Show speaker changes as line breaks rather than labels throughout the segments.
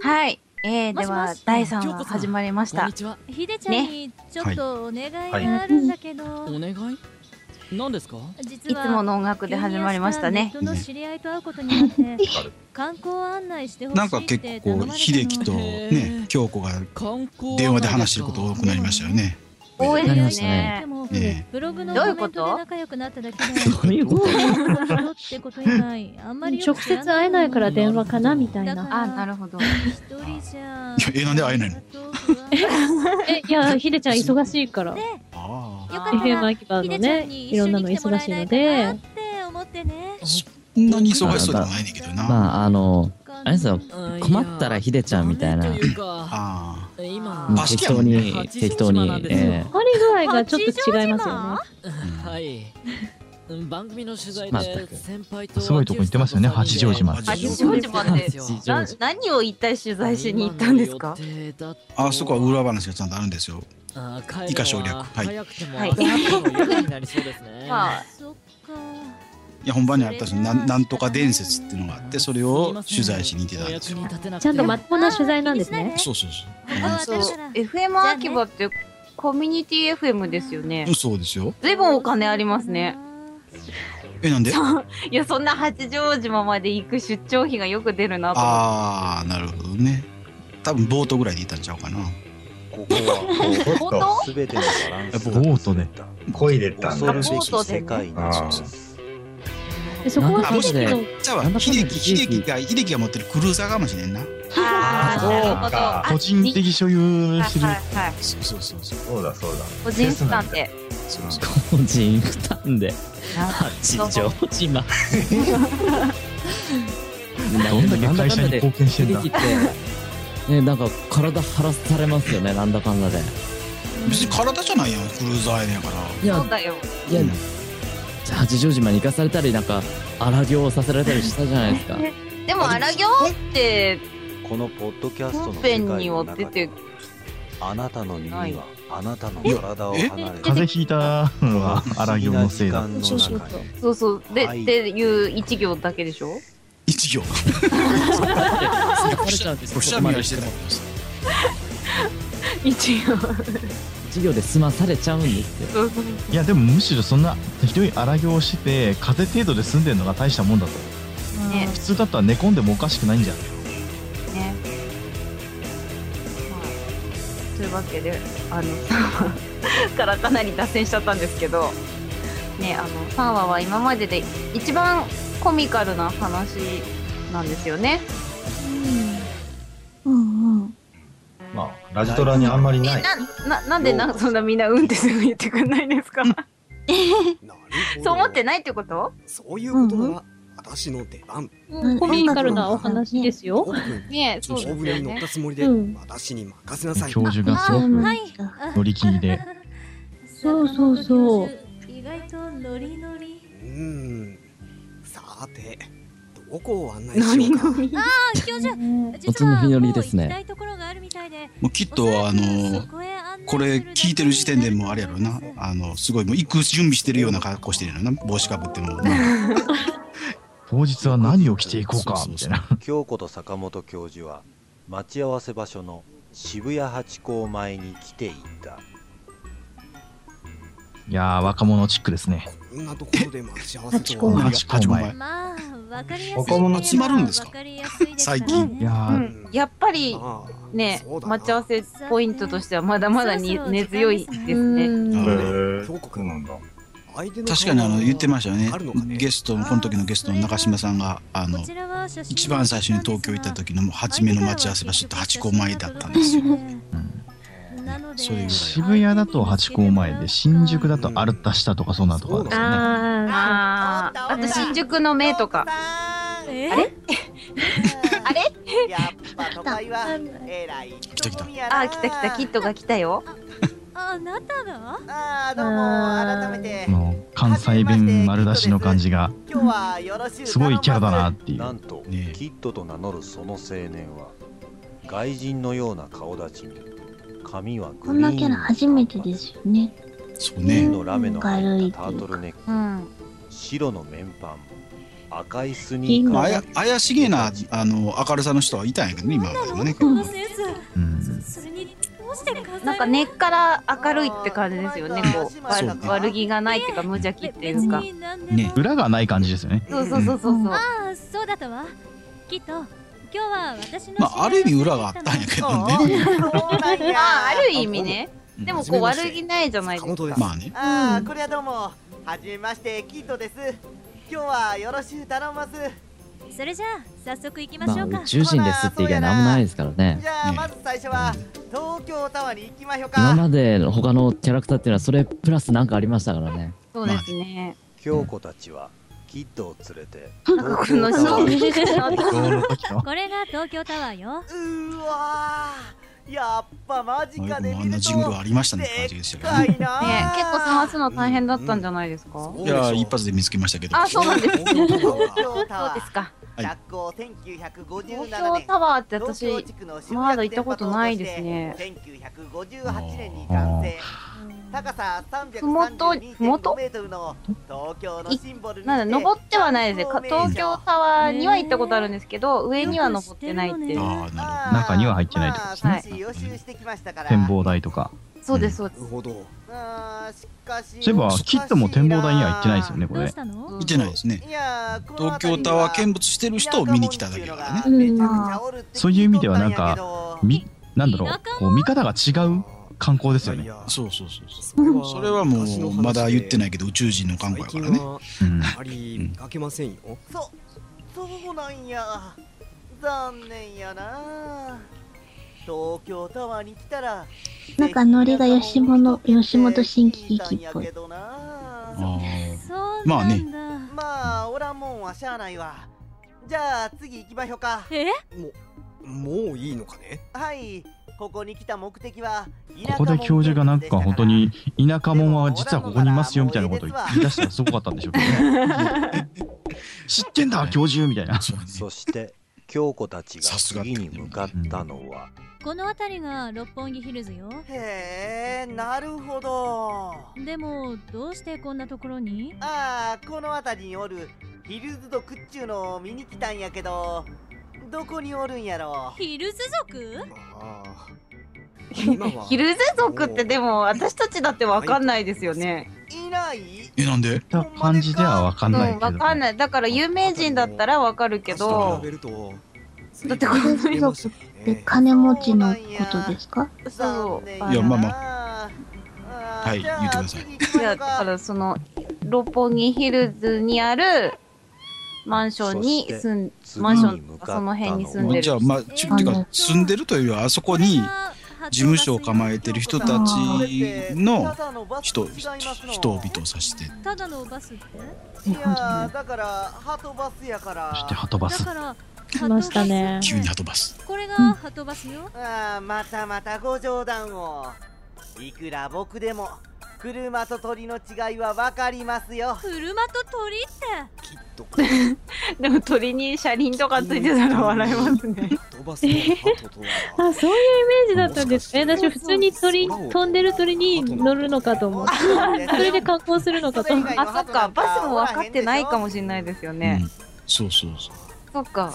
はい。えー、で
もし
は
もし、
第3
京子さん
話始まりまし
こん
た
に。ちは。
ひでちゃんにちょっとお願いがあるんだけど、
お願い何ですか
い
実
つも
は
の音楽で始まりましたね。
急に明日ネットの知り合いと会うことになって
る
観光案内してほしい
なん
って
か結
頼ま
構
れたの
秀樹とね京子が
観光
電話で話してること多くなりましたよね。
多い
ね
で
ますす
ね
で。も、
え
ブログの
どうい
コ
う
メ
こ
ン
と
トで仲良くなっただけで
どういうこと
人ってこと以外あんまりよ
直
く知
接
ら
会えないから電話かなみたい
だ
な。
から
あ、なるほど。
一人じゃ
いやえなんで会えないの
え、いや、ひでちゃん忙しいから。
あ
よかったら
FM 秋葉
ひ
の
でちゃ
ね
ん、に
い
一緒
ろんな
に
の
来てもら
忙し
え
い
な
の
いかなっ
で、
て思ってね
そんなに忙しそうでもないねんだけどな。
まああのあれですよ
うん
困ったらヒデちゃんみたいな
ダメというか
あ
今
もう
あ
適当に
八丈
適当に
島なんですよ
え
あり具合がちょっと違いますよね。
はいうん番組の取材
まっ
で
たく
先輩と
すごいとこ行ってますよね八丈島
八丈
島って
八丈
な
島
何を一体取材しに行ったんですか
ああそこは裏話がちゃんとあるんですよ。
あー帰るのは
以下省略はい
早くても
はい
明後日の夜になりそうですね
まあ、
そっか
いや本番にはやっぱりそのなんなんとか伝説っていうのがあってそれを取材しに行ってたんですよ。
ちゃんとま
て
ともな取材なんです
あー
ね。
そうそうそ
あ
そう、
私から
FM 秋葉ってコミュニティ FM ですよね
う。うん。そうですよ。
ずいぶんお金ありますね。
えなんで？
いや、そんな八丈島まで行く出張費がよく出るなと思って。
ああなるほどね。多分ボートぐらいで行ったんちゃうかな。
ここは
本
すべてのバランスが
ボートで
こいでたん
恐
だ
るべ
ボート
き
でね
世界に
ああ
でそこは
あもし
ひでちゃん
じゃあ秀樹秀樹が秀樹が持ってるクルーザーかもしれんな。
あー、なるほ
そう
ど。
か
あ
個人的所有
はい
してる
はいはい。
そうそうそうそう。
そうだそうだ
個人負担で。
そうそう
個人負担で八丈島
どんだけ会社に貢献してん
響
だ
きってねなんか体張らされますよねなんだかんだで
別に体じゃないやんクルーザーやねんから。
いや
そうだよ。
いや八丈島に行かされたりなんか荒行をさせられたりしたじゃないです か
でも、荒行って、
このポッドキャストの
本
世界
編に
の
は
中
出て
であなたの耳はあなたの体を離れ
風邪ひいたのは荒行のせい だ
不思議な時間の中に
そうそう。で、
はい
っていう一行だけでしょ
一行。
疲れちゃうんですよ
くし
そ
ゃ
こま
み
で
はしてたもん。
一行。
授業で済まされちゃうんですよ
そうそう。
いやでもむしろそんなひどい荒行をして風邪程度で済んでるのが大したもんだと
ね
普通だったら寝込んでもおかしくないんじゃん
ね。まあ、というわけで、あの、3話 からかなり脱線しちゃったんですけど、ね、あの、3話は今までで一番コミカルな話なんですよね。
うんうん
まあラジトラにあんまりない
な、なんでな、そんなみんなうんってすぐ言ってくんないんですかそう思って
な
ないってこと
そういうことなら、私の出番
コミカルなお話ですよ。
オープン
ねそうです
勝
よ
負に乗っ
ね。
たつもりで、
うん
私に任せなさい
教授がすご
あはい
く乗り気味で
そうそうそう
意外とノリノ リ
うーんさてどこを案内しようか
あ教授
おつまみのりです
実はもう行き
ね
たいところがあるみたいで
もうきっとあ
おそら
の
くそこへ案内する
これ聞いてる時点でもうあれやろな
だと思いま
あのすごいもう行く準備してるような格好してるよな帽子かぶってもな
当日は何を着ていこうかみたいな
京子と坂本教授は待ち合わせ場所の渋谷八甲前に来ていた
いやー若者チックですね
こんなところで待ち合わせ
八
と
甲
は
マ
前
ジかお前
すまあわかりやすい
若者
集まるんですか
わりやすいですからね
最近
いや
う
ー
ん、やっぱり
ああ
ね
そう、だな
待ち合わせポイントとしてはまだまだに
そろそろ
根強いで
う
すね。
ん。
へ
あ
え
京子
そう
君
なんだ
相手の
確かにあの言ってましたよね
あるのかね。
ゲストのこの時のゲストの中島さんがあの
こちらは写真
一番最初に東京行った時のもう初めの待ち合わせ場所って八甲前だったんですよ
なので
そういうぐらい
渋谷だと八甲前で新宿だとアルタ下とかそんなとこですよね
あ
ああ、あと新宿の目とか。
あれ
あれ
やっぱ都会はえらい
来た来た
あー、来た来た、キットが来たよ。
あなたが
あーどうも改めて
この関西弁丸出しの感じが
今日はよろしゅう
すごいキャラだなってい
な
うん
と、
ねえ
キッドと名乗るその青年は外人のような顔立ちに髪はグリーン
よね。
そう
グリーン
ね
のラメの入ったタートルネック
うん。
白の面パン赤いスニーカ
まああ
ー
や怪しげなあの明るさの人はいたんやけどね今までもね
このセンス、そそれにどうして
なんか根っから明るいって感じですよね。こう
そうね
悪悪気がないっていうか無邪気っていうか。
ね、裏がない感じですよね。
そうそうそうそう。
ああそうだったわきっと今日は私の
まあある意味裏があったんやけどね。
まあある意味ね。でもこう悪気ないじゃないですか。
まあね。
ああこれはどうもはじめましてキッドです今日はよろしゅう頼んます
それじゃあ早速行きま
ま
し
あ
ょうか
宇宙人ですって以外何もないですからね
じゃあまず最初は東京タワーに行きましょうか
今までの他のキャラクターっていうのはそれプラスなんかありましたからね
そうですね。
京子たちはキッドを連れて
なんかこの
東京タワーへ
これが東京タワーよ
うわーやっぱ間
もう
近
も
で
うあ
見
んな
ると
ジングルありましたねって感じでしたけどね。
いな
ね結構探すの大変だったんじゃないですか。
いや一発で見つけましたけど。
あそうなんですね。
東
東
京タワー
ですか。
はい
着工1957
京
年
タワーって私まだ行ったことないですね。
1958年に完成高さ
ふもとふもと
332メートルの東京のシンボルに
なんだ登ってはないですね。か東京タワーには行ったことあるんですけど、上には登ってないっていう。
中には入ってないってことですね。
少し予習してきましたから
展望台とか。
そうですそうです
なるほど。
あーしかし
そういえば、キッドも展望台には行ってないですよね、これ。
行ってないですね。
東
京タワー見物してる人を見に来ただけだからね。
そういう意味では、なんか、み、なんだろう、こう見方が違う観光ですよね。
そうそうそうそう。それはもうまだ言ってないけど宇宙人の観光やからね。
あり開けませんよ。
そそうなんや残念やな東京タワーに来たら
なんかノリが吉本、吉本新喜劇っぽい。
まあね。
まあおらんもんはしゃあないわじゃあ次行きましょうか
え
もういいのかね。
はいここに来た目的は
ここで教授がなんか本当に田舎者は実はここにいますよみたいなことを言い出したらすごかったんでしょうけどね。 知ってんだ教授みたいな。
そして京子たちが次に向かったのは
この辺りが六本木ヒルズよ
へえなるほど
でもどうしてこんなところに
ああこの辺りにおるヒルズ族っちゅうのを見に来たんやけどどこにおるんやろ
ヒルズ族
今は
ヒルズ族ってでも私たちだってわかんないですよね。
いない
えなんで？
感じではわかんない
うん
け
わ
ど。
かんない。だから有名人だったらわかるけど
比べ、ると、
だってこの
貴族って金持ちのことですか
そう。
い
い
やまあま
あ。
はい言ってください。
やだからその六本木ヒルズにあるマンションに住ん
そして
マンショ
次
ンその辺に住んでる。
じゃあまあちゅてか住んでるというよりはあそこに事務所を構えてる人たちの人人々を指して。
ただのバスって
いやーだからハトバスやからそして
ハトバス
だから
来ましたね急にハトバス
これがハトバスよ
ああまたまたご冗談をいくら僕でも車と鳥の違いはわかりますよ
車と鳥って
でも鳥に車輪とかついてたら笑いますね。
あ、そういうイメージだったんですね。私、普通に鳥、飛んでる鳥に乗るのかと思って。それで観光するのかと思って。
あそっかバスも分かってないかもしれないですよね。
そうそうそう。
そっか。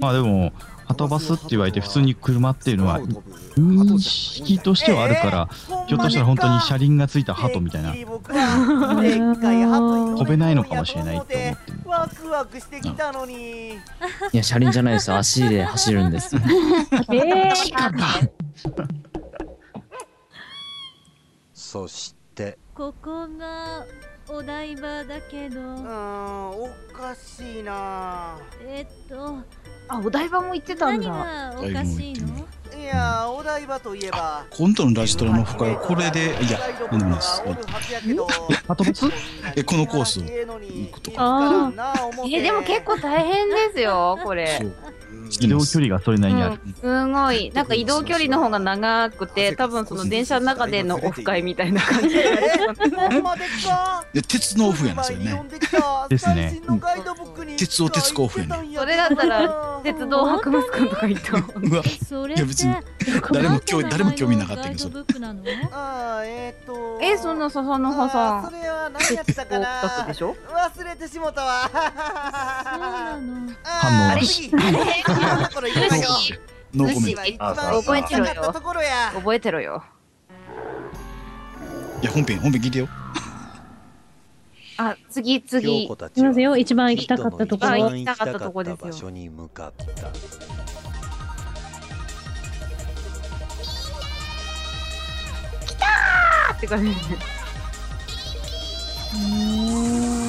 まあでも、ハトバスって言われて普通に車っていうのは認識としてはあるから、ひょっとしたら本当に車輪がついたハトみたいな。飛べないのかもしれないって思って
ワクワクしてきたのに
いや車輪じゃないですよ足で走るんですよ
え
そして
ここがお台場だけど
うんおかしいな
えっと
あお台場も行ってたんだ
何がおかしいの
いやーお台場といえば
今度のラジトラのオフ会はこれでいやなんでもな いです。
ハトバス？
えこのコースを
ああ。えでも結構大変ですよこ れ。
移動距離がそれなりにある。
すごいなんか移動距離の方が長くて多分その電車の中でのオフ会みたいな感じで
で鉄のオフやなそれね。
ですね。
鉄を鉄甲オフやね。
それだったら鉄道博物館とか行った
うわ
それ
いや別に誰も興味誰も興味なかったけどそれ
えそんな笹の葉さん鉄道
学でしょ忘れてしもたわ。
反応なし
次。あんな頃行きましょう
ノーコメン
主
ト
氏
い
一番覚えてろよ覚えてろよ
や本編本編聞いてよ
あ次次
京子たち
いますよ、一番行きたかったとこ
あ
ろ。
行きたかったとこですよ
場所に向かった
来たーって感じ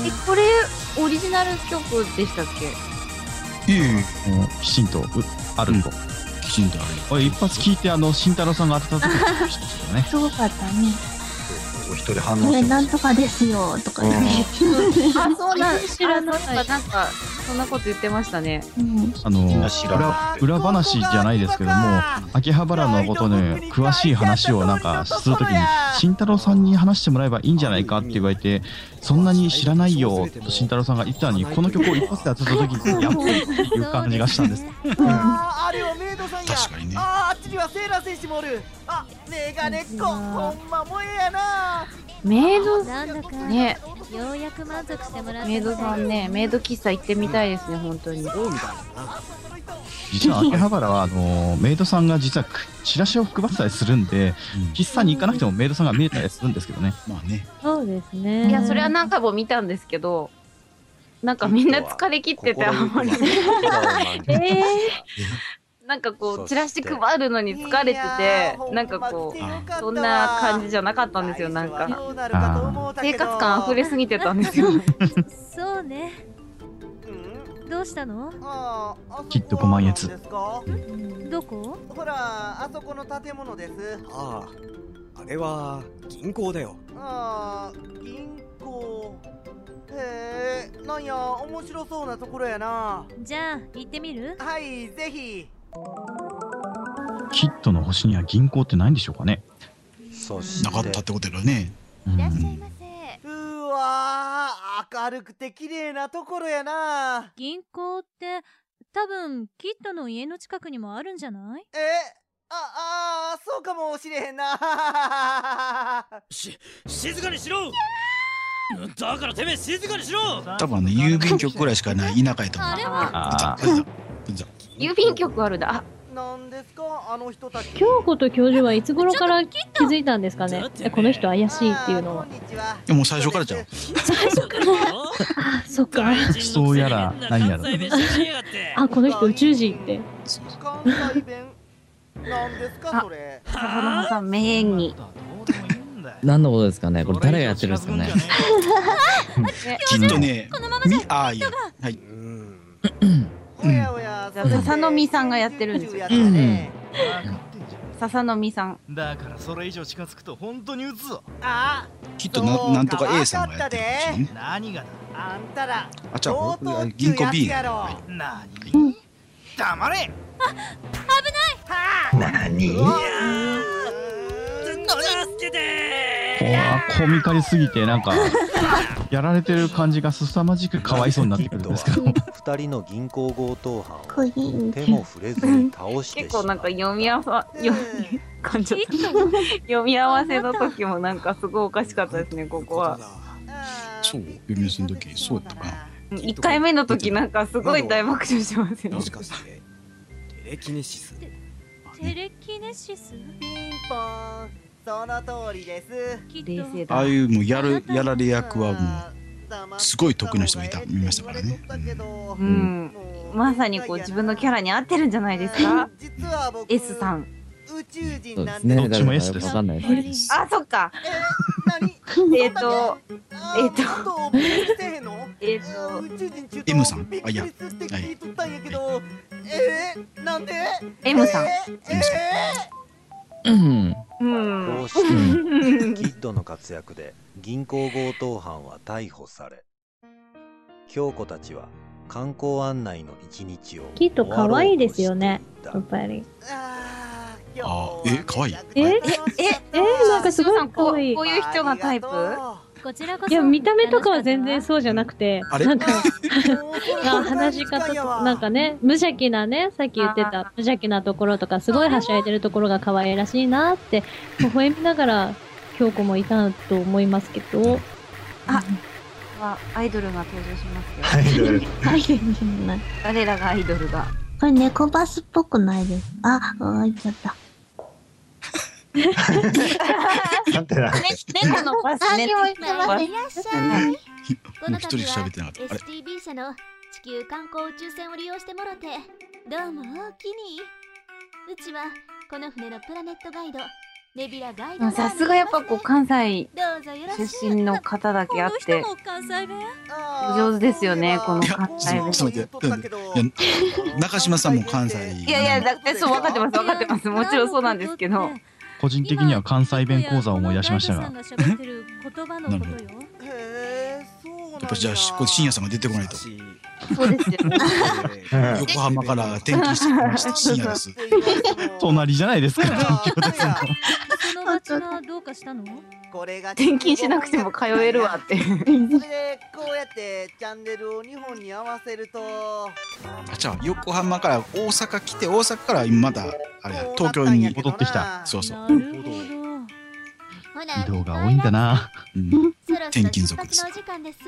えこれオリジナル曲でしたっけ
いえいえもうきちんとうあるんと
きちんとある
俺一発聞いてあの慎太郎さんが当てた時
すごかったね。
お一人反
こ
応
れなんとかですよとか言って。
あそうなん知らなかなんかそんなこと言ってましたね
あの
知らな
裏裏話じゃないですけども秋葉原のことの詳しい話をなんかするときに慎太郎さんに話してもらえばいいんじゃないかって言われてそんなに知らないよと慎太郎さんが言ったのにこの曲を一発で当てた時 にやっぱりっていう感じがしたんです
ああれはメイドさんや。ああっちにはセーラー選手もおる。あメガネっ子。ほんま萌えやな。
メイド
なんだか
ね
ようやく満足してもらった
メイドさんねメイド喫茶行ってみたいですね本当に
実は秋葉原はあのメイドさんが実はくチラシを配ってたりするんで喫茶に行かなくてもメイドさんが見えたりするんですけどね
まあね
そうですねいやそれは何回も見たんですけどなんかみんな疲れ切っててあんまりえーなんかこうチラシ配るのに疲れててなんかこうそんな感じじゃなかったんですよなんか生活感溢れすぎてたんですよ
そうねどうしたの
ああ
きっと5万円つ
どこ
ほらあそこの建物です。
ああ、あれは銀行だよ。
ああ銀行。へえなんや面白そうなところやな。
じゃあ行ってみる
はいぜひ。
キッドの星には銀行ってないんでしょうかね
なかったってことだよね
うわー明るくて綺麗なところやな
銀行って多分キッドの家の近くにもあるんじゃない
えああーそうかもしれへん な
し静かにしろだからてめえ静かにしろ
多分あの郵便局ぐらいしかない田舎やと思う
あれ
あ
は
ー
郵便局あるんだ
京子と教授はいつ頃から気づいたんですかねえこの人怪しいっていうのを。
いやもう最初からじゃん
あ、そっか。
そうやら何やら
あ、この人宇宙人って。
笹の葉さん名 演技
何のことですかねこれ誰がやってるんです かね
きっとねみああいやはい
笹の実さんがやってるんですよ
うん
笹の実さん
だからそれ以上近づくと本当に撃つぞ
あ
きっとななんとか A さんがやってるらしいね
何がだ
あんたら
あじゃあこれこれ銀行 B
や
ね
ろ
何黙れ
何
こわコミカルすぎてなんかやられてる感じが凄まじくかわいそうになってくるんで すけど
二人の銀行強盗犯
こういう
を手も触れずに倒して
結構なんか読み合わ読み感じちゃった読み合わせの時もなんかすごいおかしかったですねここは
そう読みすの時そうやったかな
1回目の時なんかすごい大爆笑しますよね
もしかして、テレキネシス。
テレキネシス
ピンポーンその通りです
冷静
ああいうもうやるやられ役はもうすごい得意な人がいた見ましたからね
うんまさにこう自分のキャラに合ってるんじゃないですか S さん
宇宙人
そうですねどっちも S ですわかんないで
あそっかえっとえっと えっと
M さんあいや
聞いとったんやけどえー、なんで
M さん
えー、え
うん
うん
こうしてキッドの活躍で銀行強盗犯は逮捕され京子たちは観光案内の一日を
きっと可愛いですよね。やっぱり。
あえ可愛い
え、え、え、なんかすごい
こう
可愛い。
こういう人がタイプ
こちらこそ
いや、見た目とかは全然そうじゃなくて、
あれ
なんか、あ話し方とか、なんかね、無邪気なね、さっき言ってた無邪気なところとか、すごいはしゃいでるところが可愛らしいなって、微笑みながら、京子もいたと思いますけど、
はアイドルが登場しますよ。
アイドルじゃない。
我らがアイドルが。
これ猫バスっぽくないです。あ、あ、いっちゃった。
なんてな。
猫のバスね。
何を言ってますいらっしゃい。
もう一人喋ってなかった。あれ
STB 社の地球観光宇宙船を利用してもろて、どうもおおきに。うちはこの船のプラネットガイド、ネビラガイドが。
さすがやっぱこう関西
どうぞよろし
出身の方だけあって
関西弁
お上手ですよねこの関
ち
西
ょ
弁
っと待って。うんいや中島さんも関西。
いやいやだってそう分かってます分かってますもちろんそうなんですけど
個人的には関西弁講座を思い出しましたが、
喋ってる言葉のことよ。
やっぱじゃあこれ深夜さんが出てこないと。
そうですよ。
横浜から転勤してきました深夜です。
隣じゃないですか。
その町がどうかしたの
これが
転勤しなくても通えるわって
それでこうやってチャンネルを2本に合わせると
あじゃあ横浜から大阪来て大阪から今またあれや東京に戻ってきた。そうそう。
ほな、
移動が多いんだな。うん
そろそろ
転勤
出
族
発のお時間です。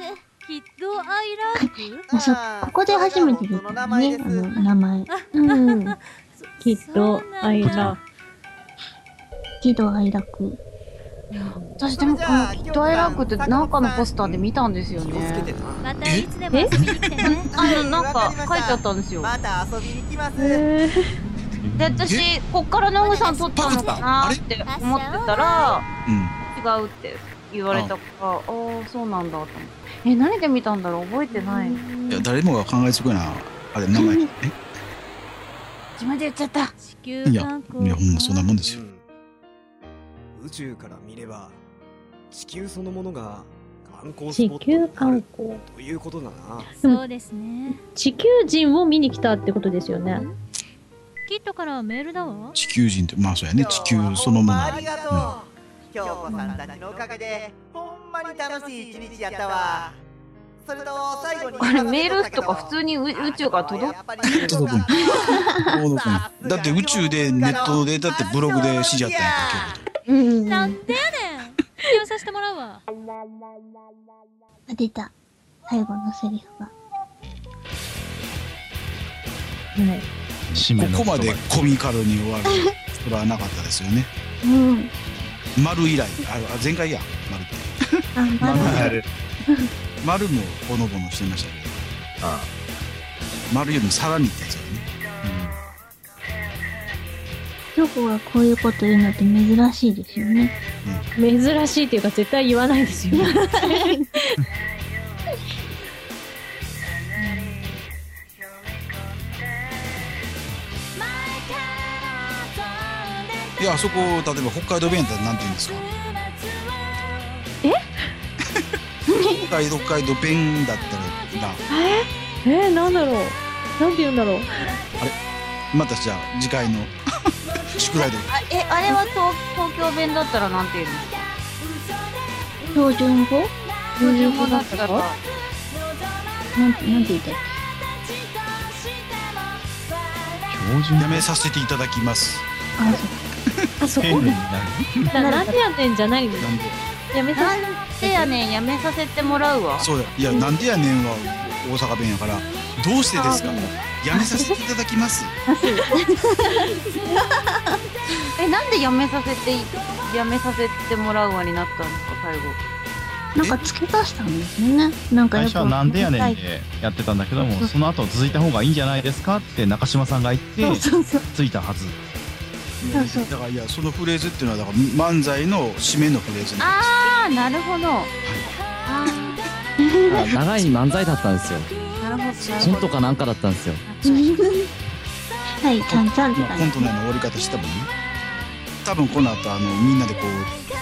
きっとアイラブ
あ、そう、ここで初めて出たね。あの、名前。うん。
きっと、愛楽。
喜怒哀楽。
私でもこの「ドアイラック」ってなんかのポスターで見たんですよね
またいつでも遊びに来てね。
あのなんか書いてあったんですよま
た遊びに来ます
で私こっからノグさん撮ったのかなーって思ってたら違うって言われたからああーそうなんだと思ってえ何で見たんだろう覚えてない
いや誰もが考えつくようなあれ名前。え
自分で言っちゃった
地
い
球
やいやほんまそんなもんですよ。
宇宙から見れば、地球そのものが観光ス
地
ポット
球観光。
ということだな。
そうですね。
地球人を見に来たってことですよね。
キットからメールだわ。
地球人ってまあそうやね地球そのもの。
ありがとう京子さんたちのおかげでほんまに楽しい一日やったわそれと最後に
あれメールとか普通にう宇宙から届く
届くんだって宇宙でネットでだってブログで指示あったやんか
うん。
なんでやねん。利用させてもらうわ。
あ、出た。最後のセリフが。
ここまでコミカルに終わることはなかったですよね。
うん。
丸以来、ああ前回や、丸って。
あ、まだ。
丸。丸もほのぼのしてましたけど。丸よりもさらにってやつだね。
チョコがこういうこと言うのって珍しいですよね。
珍しいっていうか、絶対言わないですよ。
いや、あそこ、例えば北海道弁やったらなんて言うんですか
え
北海道、北海道弁だったらな、
ええー、なんだろう。なんて言うんだろう。
またじゃあ次回の 宿題で。
あえあれは東東京弁だったらなんて言うんですか
標準語
標準語だったら
なんて、なんて言ったっ
やめさせていただきます。
あ、そこななんでやねんじゃないの
なんで
やめさ
せやねんやめさせてもらうわ
そうや、いや、なんでやねんは大阪弁やから、どうしてですか。やめさせていただきます。
えなんでやめさせていやめさせてもらうわになったんですか最後
けなんか付け足したんですよね。なんか
最
よ
初
く
は
わか
なん
ん
でやね
なん
ってやってたんだけども、その後続いた方がいいんじゃないですかって中島さんが言って、ついたはず。
だから、い や、そのフレーズっていうのは、だから、漫才の締めのフレーズ。
あーなるほどあー
長い漫才だったんですよ。
なるほど
コントかなんかだったんですよ。
はい、ちゃんちゃんって
まあコントのような終わり方してたもんね。多分この後あのみんなでこう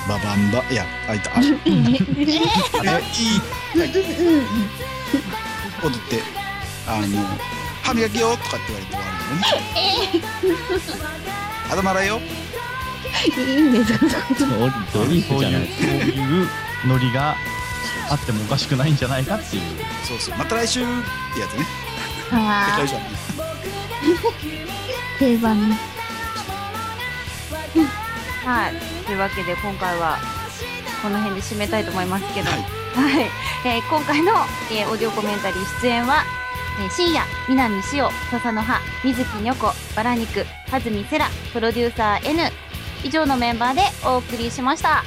ババンバいやあいたあれいい踊ってあの歯磨きよとかって言われて終わるんだよね。頭洗いよ。
いいんですか
そういうノリがあってもおかしくないんじゃないかっていう
そうそうまた来週ってやつね世
あ
界
あ
じゃん
定番ね
はい、というわけで今回はこの辺で締めたいと思いますけど、はいえー今回の、えーオーディオコメンタリー出演は、えー、深夜、南塩、笹の葉、水木にょこ、バラ肉、はずみせら、プロデューサー N、以上のメンバーでお送りしました。